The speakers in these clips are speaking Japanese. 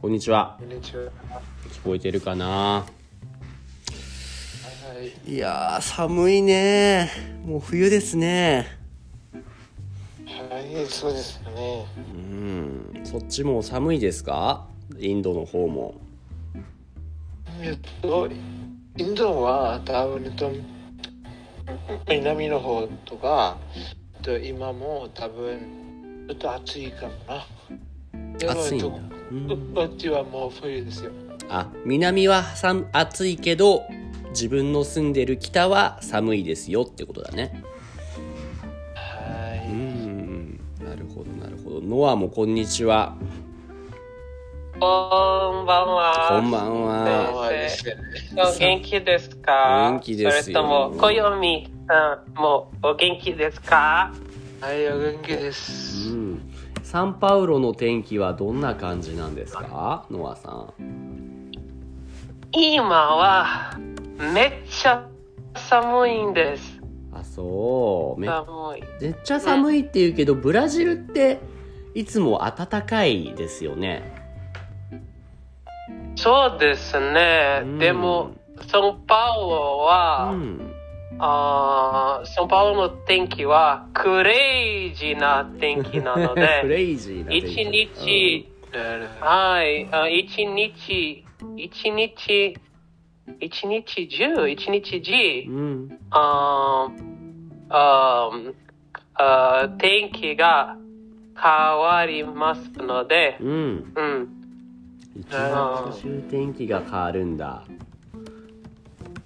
こんにちはこんにちは。は聞こえてるかないはい。いやー寒いねもう冬ですねはい、そうですよね。うんそっちもう寒いですかインドの方もえっと、インドはダウンと南の方とか、えっと今も多分ちょっと暑いかもな。でも暑いんだえっとうんこっちはもう冬ですよ。あ南は寒暑いけど自分の住んでる北は寒いですよってことだねうはんなるほどなるほどノアもこんにちはいこんばんは。こんばんい。ははですよね。お元気ですか元気ですよそれとも、小読みさんもお元気ですかはい、お元気でうす。んサンパウロの天気はどんな感じなんですかノアさん今は、めっちゃ寒いんです。あそうめっ寒い。めっちゃ寒いって言うけどブラジルっていつも暖かいですよねそうですねうん。でも、サンパウロうは、んあーサンパウロの天気は、クレイジーな天気なの クで、レイジーな天一気日、なるほはい、あ一日、一日、一日中、一日う中、んあーあーあー天気が変わりますので、うん、うん、うん、一日中天気が変わるんだ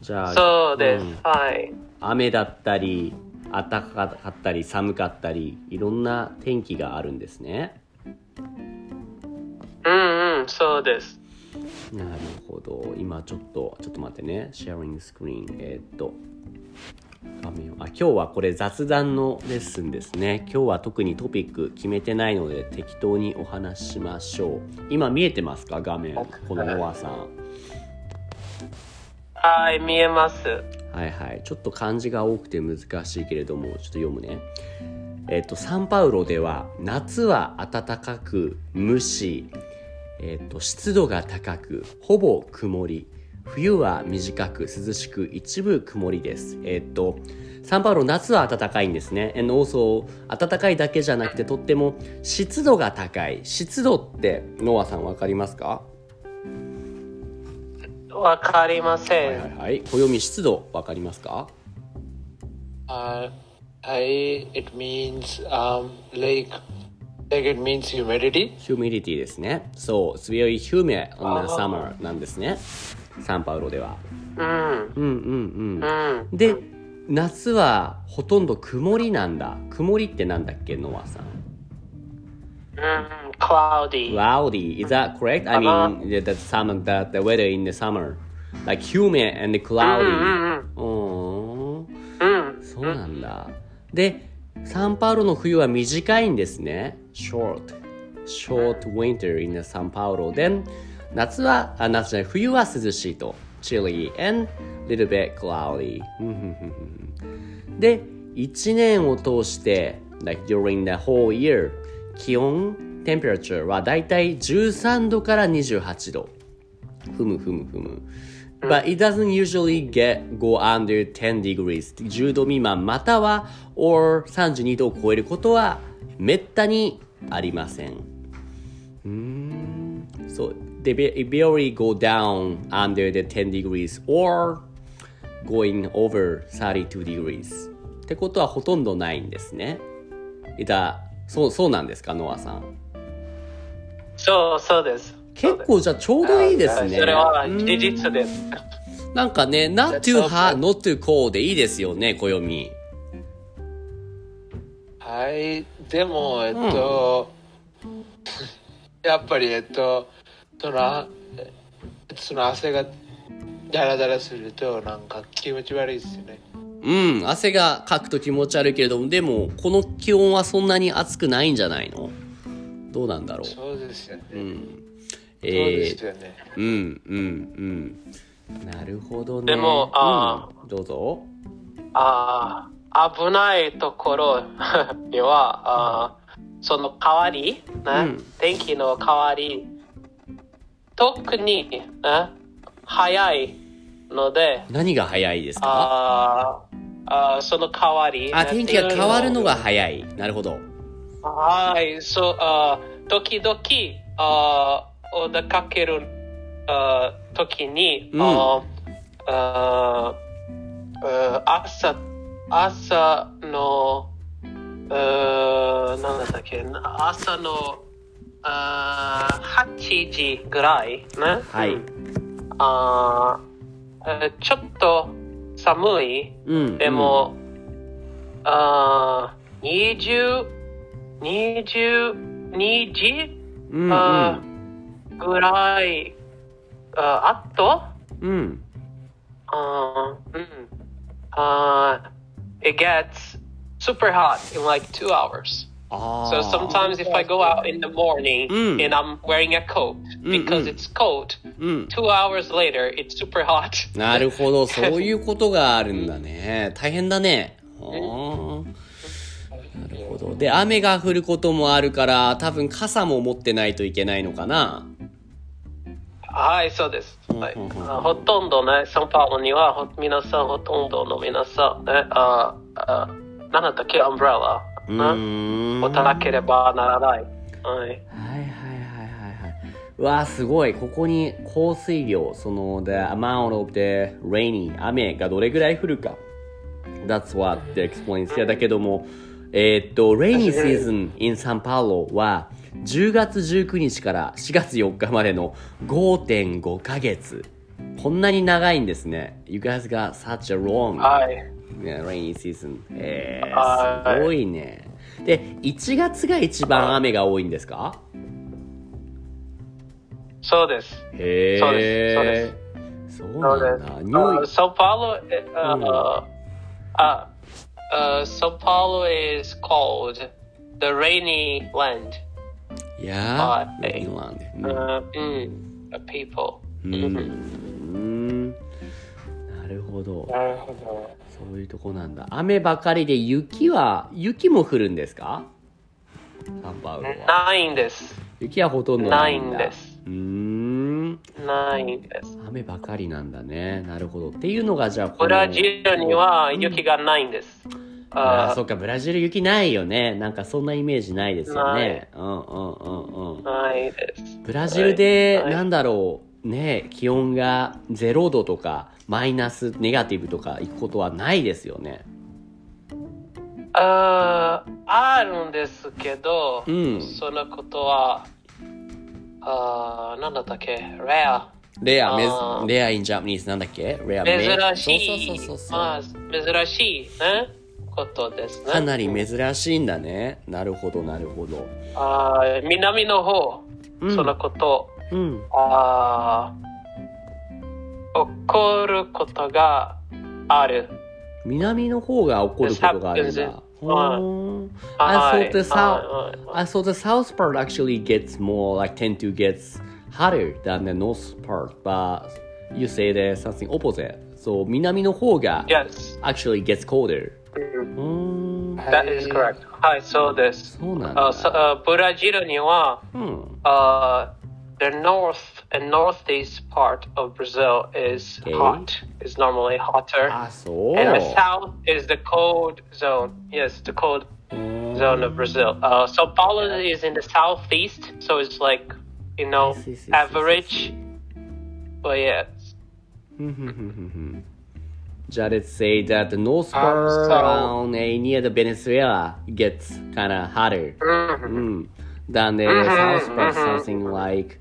じゃあそうです、んはい。雨だったり暖かかったり寒かったりいろんな天気があるんですねうんうん、そうです。なるほど今ちょっとちょっと待ってねシェアリングスクリーンえーっと画面をあ今日はこれ雑談のレッスンですね今日は特にトピック決めてないので適当にお話ししましょう今見えてますか画面このノアさんはい、見えます。はいはいちょっと漢字が多くて難しいけれどもちょっと読むねえっとサンパウロでは夏は暖かく蒸し、えっと、湿度が高くほぼ曇り冬は短く涼しく一部曇りですえっとサンパウロ夏は暖かいんですね and also 暖かいだけじゃなくてとっても湿度が高い湿度ってノアさんわかりますかわかりません。はいはいはい暦湿度わかりますかど。ははい、it means, um, like, like it means humidity. humidity ですね。そう、it's very humid on the summer なんですね。サンパウロでは。うん、うんうんう。うんん。で、夏はほとんど曇りなんだ。曇りってなんだっけ、ノアさん。うん、クラウディ。 Cloudy, is that correct? I かな mean, the, the summer, the, the weather in the summer. Like humid and うんう cloudy. んうーん。うん。そうなんだ。で、サンパウロの冬は短いんですね。short, short winter in s サンパウロで、夏は、あ、夏じゃない、冬は涼しいと。chilly and little bit cloudy. うんうんうんうんで、1年を通して、like during the whole year, 気温、temperature はだいたい13度から28度。ふむふむふむ。But it doesn't usually get go under 10 degrees 10度未満または or 32度を超えることはめったにありません。うーん。So they be- it barely go down under the 10 degrees or going over 32 degrees ってことはほとんどないんですね。いたそうそうなんですかノアさん。そう、そうです。結構じゃあちょうどいいですそね。れはうん事実です。なんかね、not That's too all hot, not too cold でいいですよね、暦。はい、でも、えっと、 やっぱり、えっと、その、あその汗がダラダラすると、なんか気持ち悪いですよね。うん、汗がかくと気持ち悪いけれども、でも、この気温はそんなに暑くないんじゃないのどうなんだろう。そうですよね。うん。そうでえすよね。ー、うん、うん、うん。なるほどね。でもうんあどうぞ。あー危ないところ にはあーその変わり、ねうん天気の変わり特に、ね、早いので何が早いですかあーあーその変わり、あ、ね天気が変わるのが早い。なるほど。はい、そう、あー時々、あーお出かける、あー時に、うんあーあーうー朝、朝の、うーなんだっけ、朝の、あー8時ぐらい、ね。はいうん。あーえーちょっと寒い。うん。でも、あー20、22時、うん、うん、あーぐらい、ああと、うん。あーうん。あー Uh, hmm. it gets super hot in like two hours. ああ。 So sometimes if I go out in the morning Mm. and I'm wearing a coat because mm. it's cold, うん。 two hours later it's super hot. なるほど、そういうことがあるんだね。大変だね。あーなるほど。で、雨が降ることもあるから、多分傘も持ってないといけないのかな。はい、そうです。はいうんうんうんあほとんどね、サンパウロにはほ皆さん、ほとんどの皆さん、ね、ああなんだったっけ、アンブララ、うね、ーん。持たなければならない。はい、はいはいはいはいはい。うわあすごい。ここに降水量、その、the amount of the rainy, 雨がどれぐらい降るか。That's what the explains. いや、だけども、えーっと、rainy season in San Paulo は、10月19日から4月4日までの5.5ヶ月。こんなに長いんですね。You guys got such a long はい、ね、レイニーシーズン。えー、はいすごいね。で、1月が一番雨が多いんですかそうです。へそうでー。そうそうなんですだ。ニューヨーあサンパウロ、えあうんああサンパウロ is called the rainy land、ク。いやはー、いイングランド。 uh, the people. うん。うん。なるほど。なるほど。そういうとこなんだ。雨ばかりで雪は、雪も降るんですかサンパウロは。ないんです。雪はほとんどないんだ。ないんです。うーん。ないんです。雨ばかりなんだね。なるほど。っていうのがじゃあこのブラジルには雪がないんです。あああそっかブラジル雪ないよねなんかそんなイメージないですよねうんうんうんうんないです。ブラジルで、はいなんだろうね気温が0度とかマイナスネガティブとか行くことはないですよねあーあるんですけど、うんそのことは、あーなんだったっけ、レア。レアメあーズレアインジャパニーズなんだっけレアメ珍しそういそうそう、そう、まあ、珍しい、ね、ことですね。かなり珍しいんだねなるほどなるほどあー南の方、うんそのこと、うんあー起こることがある。南の方が起こることがあるんだ This happens in- ほーん I はい thought the は south いはい I thought Uh, the south part actually gets more like tend to gets hotter than the north part, but you say there's something opposite. So 南の方が Yes, actually gets colder. Mm, うーん、 that is correct. はい、そうです。そうなんだあ。そあブラジルには、うん、あ uh, the north and northeast part of Brazil is Okay. Ah, oh. hot, is normally hotter. あ、そう。 And the south is the cold zone. Yes, the cold zone of Brazil. Uh, Sao Paulo is in the southeast, so it's like, you know, see, see, see, average. But yeah, it's- じゃあ、let's say that the north part around eh, near the Venezuela gets kinda hotter. うん。than the south part something like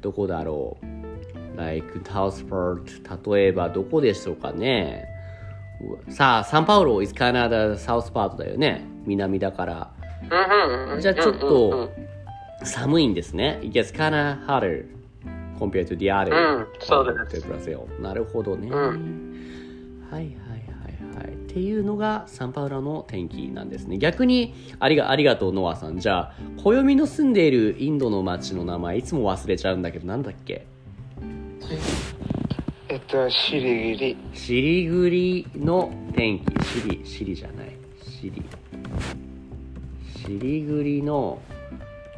どこだろう like south part 例えばどこでしょうかねさあ、サンパウロ is カナダサウスパートだよね。南だから。じゃあちょっと寒いんですね。It gets kinda hotter compared to the other. うんそうですブラジル。なるほどね。うはいはいはいはい。っていうのがサンパウロの天気なんですね。逆にありがありがとうノアさん。じゃあ暦の住んでいるインドの町の名前いつも忘れちゃうんだけどなんだっけ？えっと、シリギリ。シリグリの天気。シリシリじゃない。シリシリグリの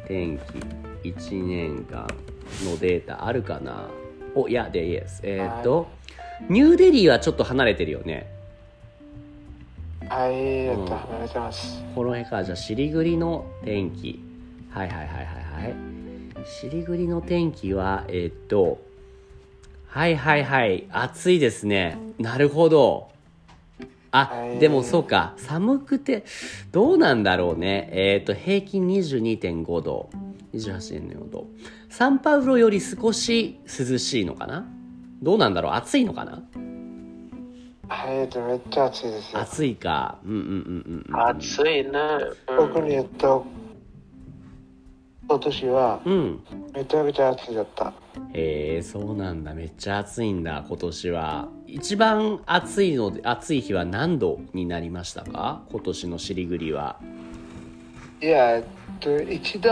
天気1年間のデータあるかなおいやで y e えーっと、ニューデリーはちょっと離れてるよねはい、えっと、離れてます。この辺かじゃあシリグリの天気はいはいはいはいはいシリグリの天気はえーっとはいはいはい暑いですねなるほどあはいでもそうか寒くてどうなんだろうねえーっと平均22.5度28.4度サンパウロより少し涼しいのかなどうなんだろう暑いのかなはい、えっと、めっちゃ暑いですよ。暑いかうんうんうんうん暑いね。うん僕にえっと、今年はうんめちゃくちゃ暑いだった。へえそうなんだめっちゃ暑いんだ今年は一番暑いので暑い日は何度になりましたか今年のシリグリはいや、えっと、一度、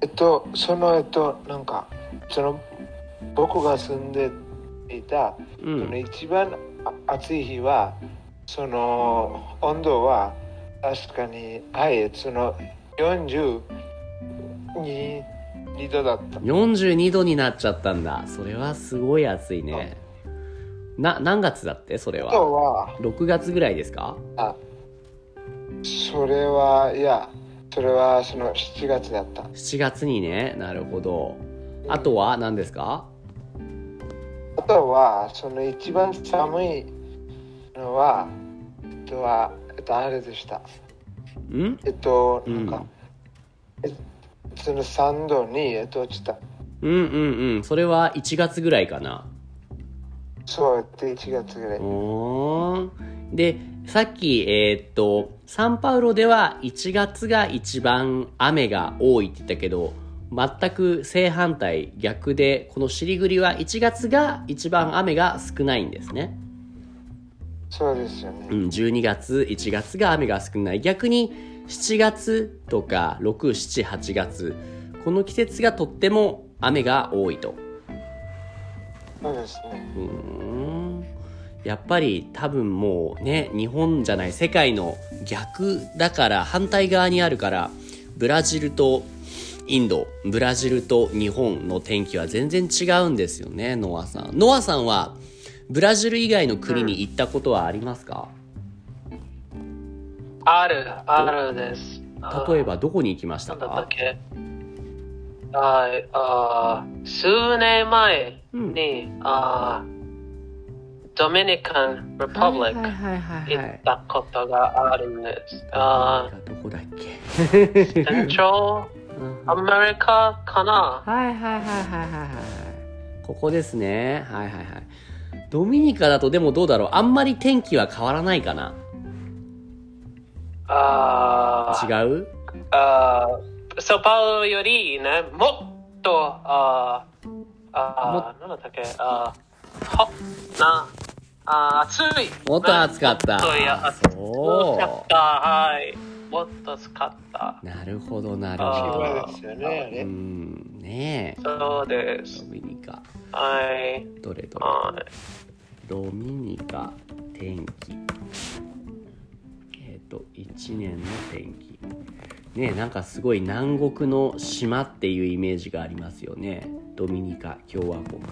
えっと、その、えっと、なんか、その、僕が住んでいた、うそのん一番あ暑い日は、その、温度は、確かに、はい、その、42度だった。 42度になっちゃったんだそれはすごい暑いねな何月だってそれあはとは、 6月ぐらいですかあそれは、いや、それは、その、7月だった。 7月にねなるほどあとは何ですかあとはその一番寒いのは、えっとはえっとあれでした。んえっとうなんんか、えその三度にえっと落ちた。うんうんうんそれは1月ぐらいかなそうで一月ぐらい。おーでさっきえーっとサンパウロでは1月が一番雨が多いって言ったけど全く正反対逆でこのシリグリは1月が一番雨が少ないんですね、そうですようね。ん、12月1月が雨が少ない逆に7月とか678月この季節がとっても雨が多いとそうですね。うーんやっぱり多分もうね日本じゃない世界の逆だから反対側にあるからブラジルとインドブラジルと日本の天気は全然違うんですよねノアさんノアさんはブラジル以外の国に行ったことはありますか、ある、あるです。例えばどこに行きましなたんだったっかけはい、あー数年前に、あードミニカン・リパブリックはいはいは行っいたことがあるんです。あなんかどこだっけーcentral うんアメリカかなはいはいはいはいはいはいここですねはいはいはいドミニカだとでもどうだろうあんまり天気は変わらないかなあー違うあーサンパウロよりね、もっと、あーあーなんだったっけあーほなあー暑い。もっと暑かっもたっといや暑かっそた。はい。もっと暑かった。うなるほどなるほどあそうですよね。あうれんねえそうですド。ミニカはい。どれどれはい。ドミニカ天気えっ、と1年の天気ねえなんかすごい南国の島っていうイメージがありますよねドミニカ共和国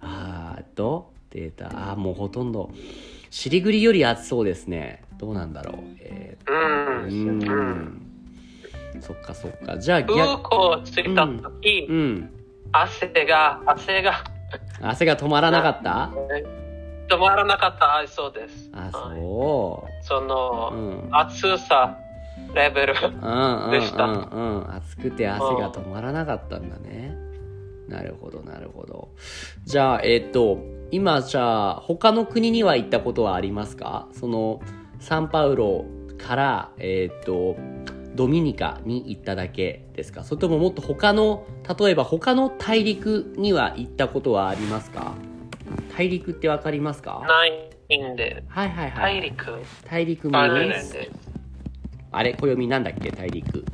あーっとデータあーもうほとんどシリグリより暑そうですねどうなんだろうえうーん。うーんそっかそっかじゃあ空逆港着いた時、うん汗が、汗が汗が止まらなかった止まらなかった。はい、そうです。あはいそそううの、ん暑さレベル。でしたうんうんうん、暑くて汗が止まらなかったんだねなるほどなるほどじゃあえっ、と今じゃあ他の国には行ったことはありますかそのサンパウロからえーっとドミニカに行っただけですかそれとももっと他の例えば他の大陸には行ったことはありますか大陸ってわかりますかないんで、はいはいは大い陸、大陸もああるれんで、あれ暦なんだっけ大陸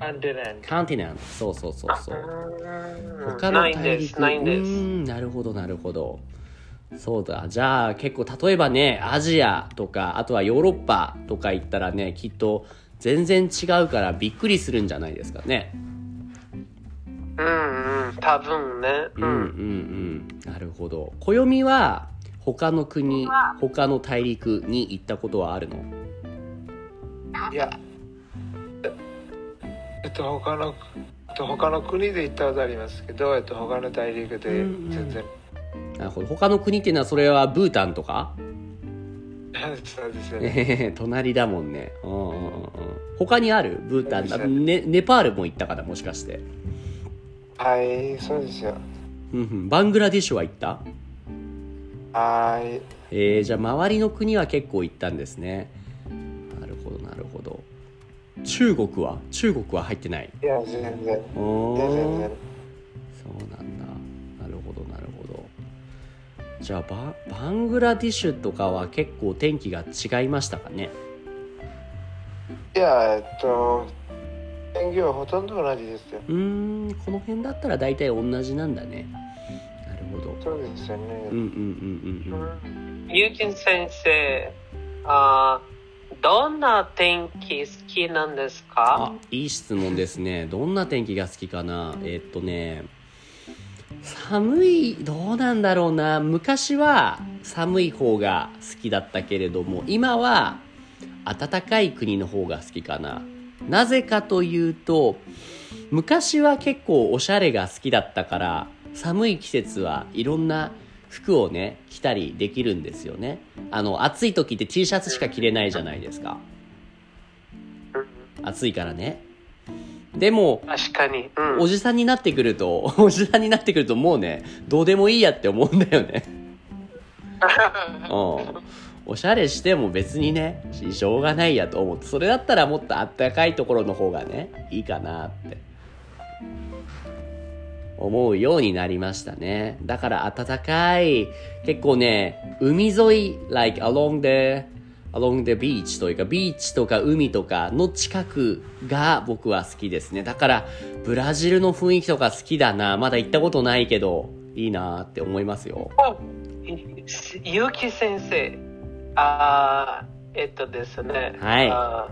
アンデレン。カンティナントそうそうそうそうう他んのない大ん陸です、ないんでうーす。んなるほどなるほどそうだじゃあ結構例えばねアジアとかあとはヨーロッパとか行ったらねきっと全然違うからびっくりするんじゃないですかねうんうん、多分ね。ううんうんうん。んなるほど暦は他の国他の大陸に行ったことはあるのいや、ええっと、他の、えっと、他の国で行ったことありますけど、えっと、他の大陸でうんうん全然、なるほど他の国っていうのはそれはブータンとかそうですよね。ええ隣だもんねうんうんうんうん他にあるブータンだ、ね、ネパールも行ったかなもしかしてはい、そうですよ。うんうんバングラディッシュは行ったはい。えー、じゃあ周りの国は結構行ったんですねなるほどなるほど中国は中国は入ってないいや、全然。お全然ーそうなんだなるほどなるほどじゃあババングラディッシュとかは結構天気が違いましたかねいや、えっと、天気はほとんど同じですよ。うーんこの辺だったら大体同じなんだねなるほどそうですよねうん。うんうんうんうんゆうきん先生、あーどんな天気好きなんですあかいい質問ですねどんな天気が好きかなえっとね寒いどうなんだろうな昔は寒い方が好きだったけれども今は暖かい国の方が好きかななぜかというと昔は結構おしゃれが好きだったから寒い季節はいろんな服をね着たりできるんですよねあの暑い時って T シャツしか着れないじゃないですか暑いからねでも確かに。うおん。じさんになってくると おじさんになってくるともうねどうでもいいやって思うんだよねうんおしゃれしても別にねししょうがないやと思ってそれだったらもっとあったかいところの方がねいいかなって思うようになりましたねだから暖かい結構ね海沿い like along the along the beach というかビーチとか海とかの近くが僕は好きですねだからブラジルの雰囲気とか好きだなまだ行ったことないけどいいなって思いますよゆうき先生、あーえっとですね、はいあ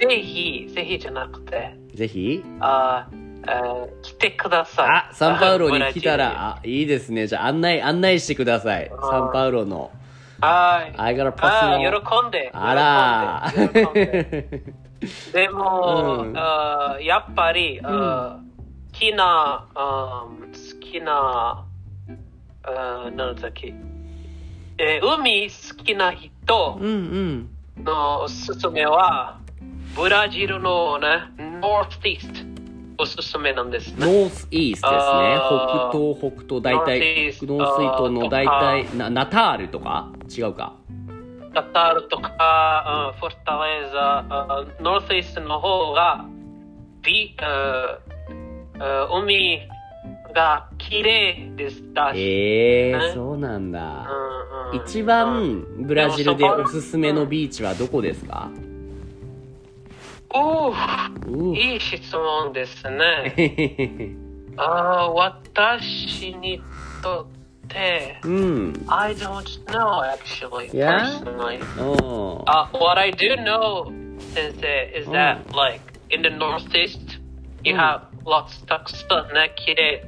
ーぜひ、ぜひじゃなくて、ぜひあーえー来てください。あサンパウロに来たブラジルらあいいですねじゃあ案内案内してくださいあーサンパウロのはい。 I got a あ personal あ、喜んで。あら喜んで喜んででも、うんあーやっぱり、あー好きな、あー好きな、あーなんだっけ、えー海好きな人 うんうんのおすすめは、ブラジルのね、ノースイーストおすすめなんですノね。ースイーストですねあ北東北東大体ノースイーストノースイートの大体なナタールとか違うかカタールとか、うん、フォルタレーザ、あーノースイーストの方が、ビあーあー海が綺麗でしたし、ええねそうなんだうんうん一うん番ブラジルでおすすめのビーチはどこですかおううういい質問ですね。あー私にとって、 うん。 I don't know actually, Yeah? personally. おー Uh, what I do know, Sensei, is that like in the northeast, you Mm. have lots of stuff na kire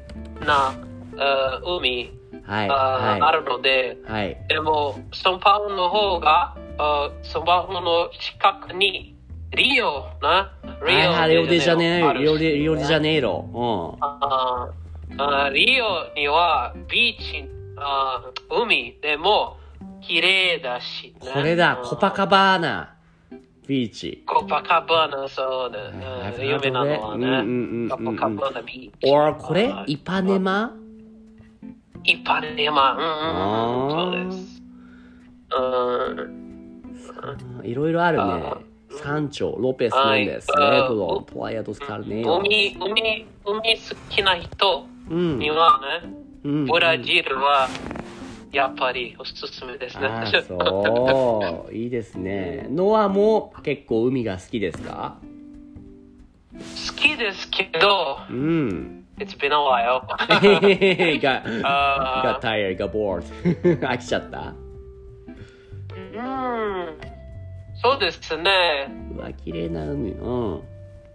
na uh, umi はい。 uh, は aru no de, い。はい。 demo São Paulo no hou ga uh, São Paulo no chikaku ni Rio na はいはいリオデジャネイロ、リオデリオデジャ Janeiro. ネイロ。あーあーリオにはビーチ、あー海でも綺麗だしうね、ん。これだう、んコパカバーナビーチ。コパカバーナ、そうだ、はいうん、有名なのはうんうんうんうんね。コパカバーナビーチ。 or これあーイパネマイパネマ。うんうんうん、そうです。うん。いろいろあるねあ。山頂、ロペスなはんいです。あレブロン、プライアドスカルネオ。海、海、海好きな人うんにはね、うんブラジルはやっぱりおすすめですね。あー そう。いいですね。ノアも結構海が好きですか好きですけど、うん。 It's been a while. が、 があ tired, が bored. 飽きちゃったーうん、そうですね。うわ、綺麗な海。うん。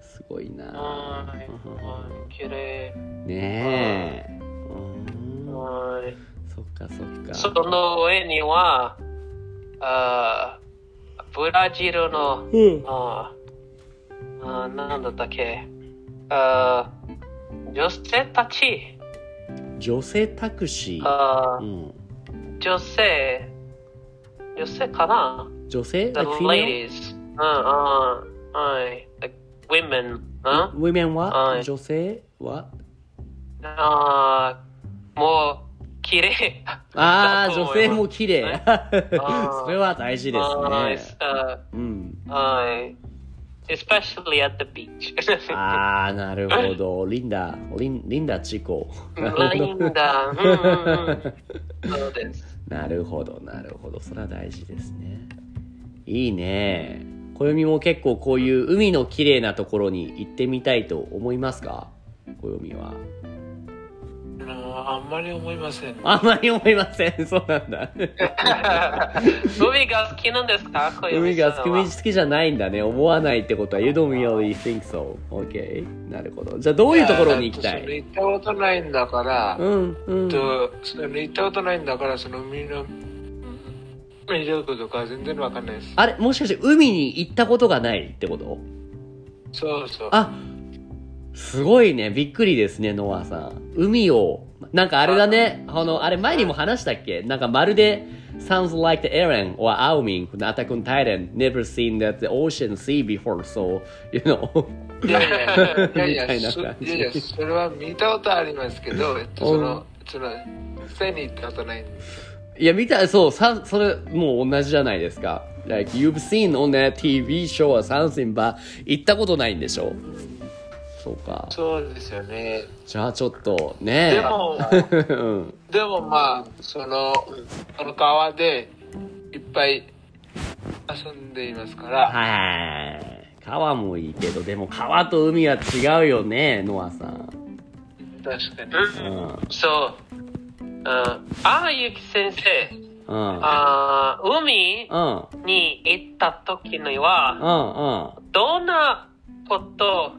すごいな。はいはい、綺麗。ねえ。うん。はい。そっかそっか。その上には、あーブラジルの、うん。あーあーなんだったっけ、あー女性たち、女性タクシー。あうーん。女性、女性かな女性 ?The like female? ladies. うんうん。はい。Like women. うん Women は、はい女性はあーもう、綺麗。ああ、だと女思い性ますも綺麗。あ ーそれは大事 ですね。はいうん。はい。especially at the beach. ああ、なるほど。リンダ、リンリンダチコ。ないんだ。うんうんうん。そうです。なるほど、なるほど。それは大事ですね。いいね。暦も結構こういう海の綺麗なところに行ってみたいと思いますか暦は。ああんまり思いません。あんまり思いません。そうなんだ。海が好きなんですか小海指さんがは好き好きじゃないんだね。思わないってことは、You don't really think so. OK? なるほど。じゃあどういうところに行きたやだっていその行ったことないんだから、うん、うん。とその行ったことないんだからその海の魅力とか全然わかんないです。あれ、もしかして海に行ったことがないってことそうそう。あすごいね。びっくりですね、ノアさん。海を、なんかあれだね、あの、あれ前にも話したっけなんかまるで、sounds like the Aaron or Aoming, Attack on Titan, never seen that the ocean sea before, so, you know. いやいやいや いみたいなやそい感じやいやそれは見たことありますけど、えっと、そのその実際に行ったことないんです。いや、見た、そう、さ、それ、もう同じじゃないですか。Like, you've seen on a TV show or something, but, 行ったことないんでしょそうか。そうですよね。じゃあちょっと、ねえ。でもうん。でもまあそのその川でいっぱい遊んでいますから。はい。川もいいけど、でも川と海は違うよね、ノアさん。確かに。う。うんん。そう。うんああ、ゆき先生。うん。ああ、海うん。に行った時には、うん。うん。どんなこと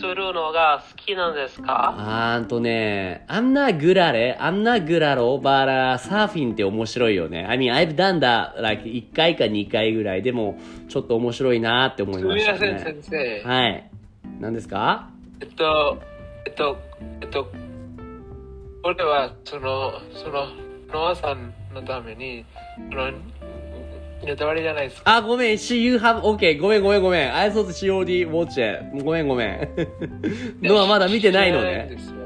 するのが好きなんですかあーんとね、あんなグラレ、あんなグラロ、バーラ、サーフィンって面白いよね。I mean, I've done that like 1回か2回ぐらい。でも、ちょっと面白いなーって思いすみまましせたんね。先生。はい。何ですかえっと、えっと、えっと、俺はその、その、ノアさんのために、その、ネタバレじゃないですか。あ、ごめん、see you have, okay, ごめんごめんごめん。I thought COD watch it. ごめんごめ ん。のはまだ見てないの知らんねで。すよ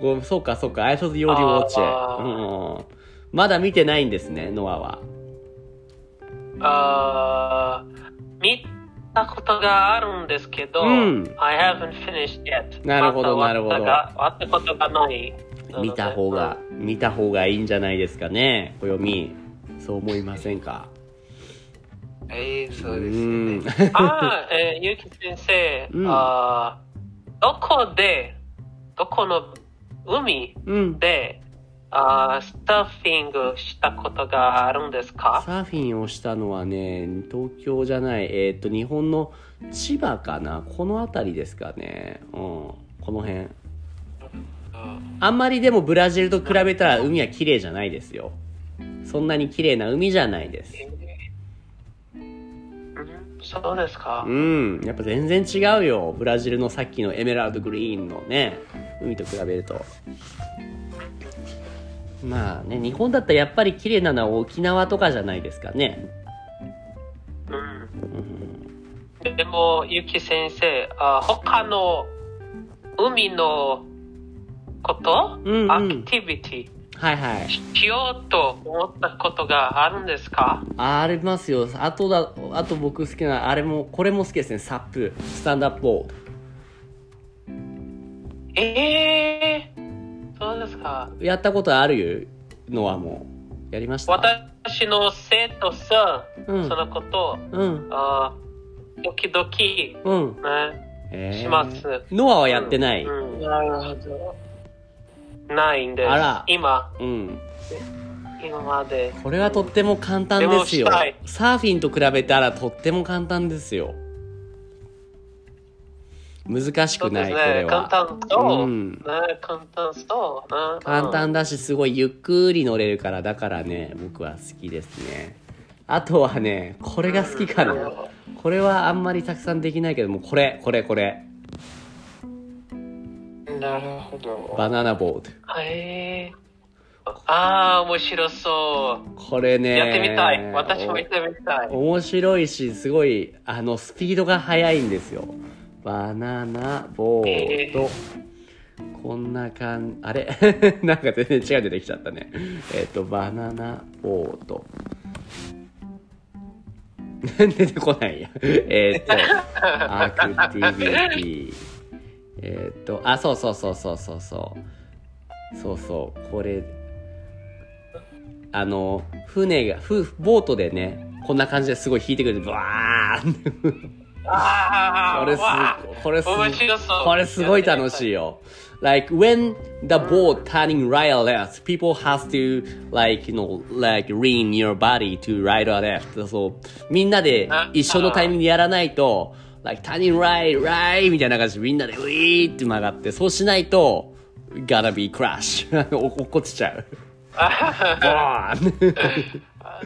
ごそうかそうか、I thought you already watch あ it. ーうんうん。まだ見てないんですね、ノアは。ああ、見たことがあるんですけど、うん I haven't finished yet. なるほどまなだるほど終わったが終わったことがない。見た方が、見た方がいいんじゃないですかね、暦。そう思いませんか。はい、そううですよね。ん。ああ、えー、ゆき先生、うんあーどこで、どこの海うん。で、あースタッフィングしたことがあるんですかサーフィンをしたのはね、東京じゃない、えーっと、日本の千葉かな、この辺りですかね。うん。この辺。ああんまりでもブラジルと比べたら海は綺麗じゃないですよ。そんなに綺麗な海じゃないです。うんそうですか、うん、やっぱ全然違うよ。ブラジルのさっきのエメラルドグリーンのね、海と比べると。まあね、日本だったらやっぱり綺麗なのは沖縄とかじゃないですかね。うん、でも、ゆき先生、あー他の海のこと、うんうんアクティビティ、はいはい。しようと思ったことがあるんですかあありますよ。あとだ、あと僕好きな、あれも、これも好きですね。サップ。スタンダップボード。ええー、そうですか。やったことあるのはもう、やりました。私の生徒さ、うんんそのこと、うん。あー時々、うん。ね、えーします。ノアはやってない。うんなるほど。ないんです。あら今、うん。今まで。これはとっても簡単ですよでもしたい。サーフィンと比べたらとっても簡単ですよ。難しくそうでなすい、ねこれ簡は。単そう、うんね、簡単そう、ね、簡単だし、すごいゆっくり乗れるから、だからね、僕は好きですね。あとはね、これが好きかな。これはあんまりたくさんできないけども、これ、これ、これ。なるほど。バナナボード。へえああ面白そう、これね。やってみたい私もやってみたいお面白いし、すごい、あの、スピードが速いんですよ。バナナボード。こんな感じ、あれ なんか全然違う出てきちゃったね。えっ、と、バナナボード。出てこないや。えっと、アクティビティ。えっと、あ、そうそうそうそうそうそう。そうそう、これ、あの、船が、ふボートでね、こんな感じですごい引いてくれて、バーンあこあれすわあ、これす、面白そうこれすごい楽しいよ。Like when the boat turning right or left, people have to like you know like lean your body to right or left. そうみんなで一緒のタイミングでやらないと like turning right right みたいな感じでみんなでウィーって曲がってそうしないと gotta be crash お落っこちち ゃう。バーン。あ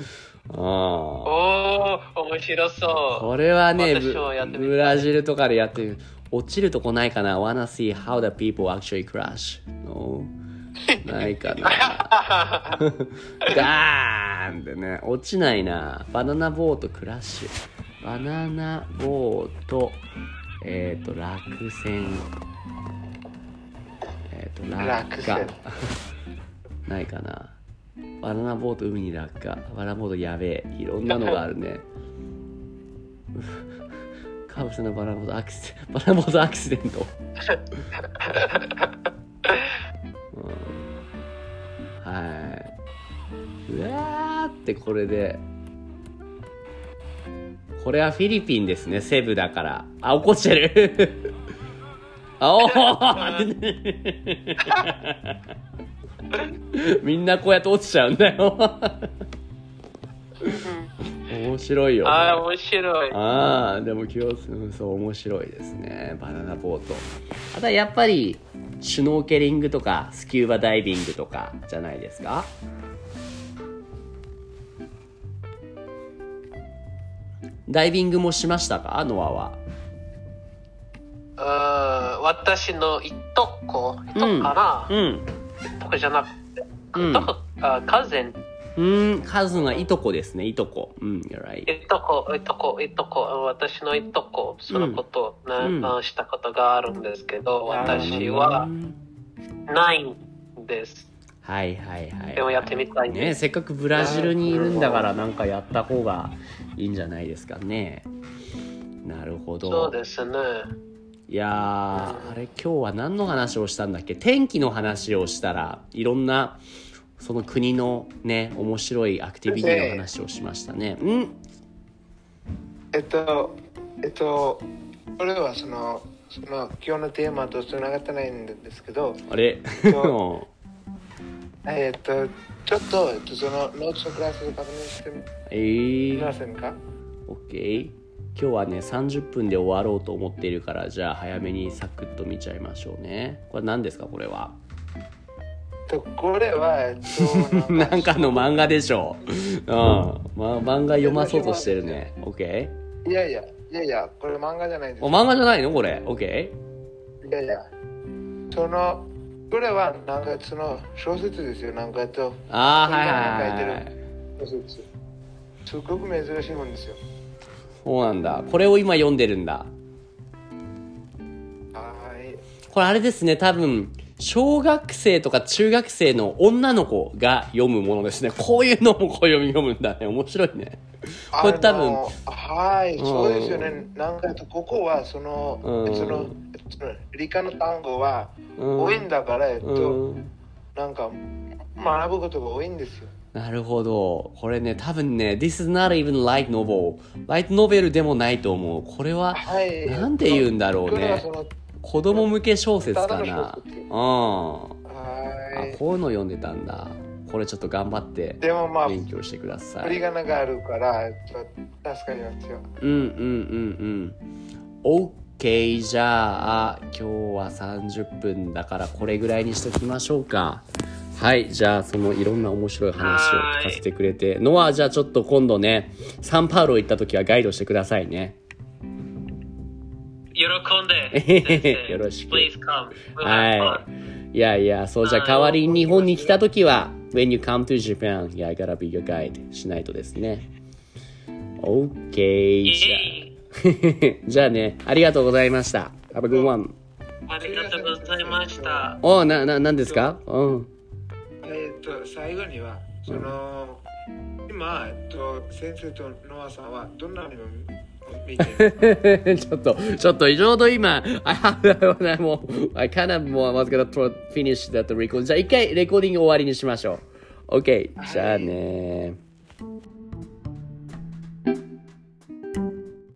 あ。おお面白そう これはね、私ブもやってみたいブラジルとかでやってる。落ちるとこないかな ?wanna see how the people actually crash. No. ないかな ガーンってね、落ちないな。バナナボートクラッシュ。バナナボート、えっ、ー、と、落選。えっ、ー、と、落落下選。 ないかな。バナナボート海に落下。バナナボートやべえ。いろんなのがあるね。 カブスのバナナボートアクシデント。バナナボートアクシデント。 うん、はい。うわーってこれで。これはフィリピンですね、セブだから。あ、怒ってるあおーみんなこうやって落ちちゃうんだよ。面白いよ、ね。ああ面白 いああでも気をつうんそう面白いですねバナナボートあとはやっぱりシュノーケリングとかスキューバダイビングとかじゃないですかダイビングもしましたかノアはうん私のいとこいとこかうんな、いとこじゃなくて、うんいとこあカゼンうんカズがいとこですねいとこうん you're right いとこ、いとこ、いとこ、私のいとこ、そのことをね、うんあしたことがあるんですけど、私うはんないんです。はいはいはいでもやってみたいねです。せっかくブラジルにいるんだからなんかやった方がいいんじゃないですかねなるほどそうですね。いやーあれ今日は何の話をしたんだっけ天気の話をしたらいろんなその国のね面白いアクティビティの話をしましたねうんえっと、えっと、これはその、その今日のテーマとつながってないんですけど、あれえっと、ちょっと、えっと、そのノートのクラスで確認してみ えー、ませんか OK 今日はね30分で終わろうと思っているからじゃあ早めにサクッと見ちゃいましょうねこれ何ですかこれはと、これは、えっ と、なんかの漫画でしょう。うん。ま、漫画読まそうとしてるね。OK? いやいや、いやいや、これ漫画じゃないですお。漫画じゃないのこれ。OK? いやいや、その、これはなんかその小説ですよ、なんかとああ、はいはいはいはい。小説。すごく珍しいもんですよ。そうなんだ。これを今読んでるんだ。はい。これあれですね、多分、小学生とか中学生の女の子が読むものですね。こういうのもこう読み読むんだね。面白いね。これ多分あのはい、うんそうですよね。なんかここはその、うんそのその理科の単語はうん多いんだから、えっとうんなんか学ぶことが多いんですよ。なるほど。これね、多分ね、This is not even light novel. ライトノベルでもないと思う。これは、はい。なんて言うんだろこうれはねそ。の子供向け小説かただのな小。説うん。あ、はい。こういうの読んでたんだ。これちょっと頑張ってでもまあ勉強してくださ振りい。仮名があるから、えっと助かりますよ。うんうんうんうん。OK、じゃあ、今日は30分だからこれぐらいにしときましょうか。はい、じゃあそのいろんな面白い話を聞かせてくれて、ノア、じゃあちょっと今度ね、サンパウロ行った時はガイドしてくださいね。喜んで。よろしく Please come. We'll have は fun. い。いやいや、そうじゃあはい代わりに日本に来たときは、When you come to Japan, yeah, I gotta be your guide しないとですね。OK。じゃあ Yay. じゃあ ね、ありがとうございました。Have a good one. ありがとうございました。おな、な、なんですかうん。 えっと最後にはその、今えっと先生とノアさんはどんなにも見てる。ちょっと、ちょっと、ちょうど今、I have, I もう、I kind of もう I was gonna throw- finish that record. じゃあ一回レコーディング終わりにしましょう。OK。じゃあね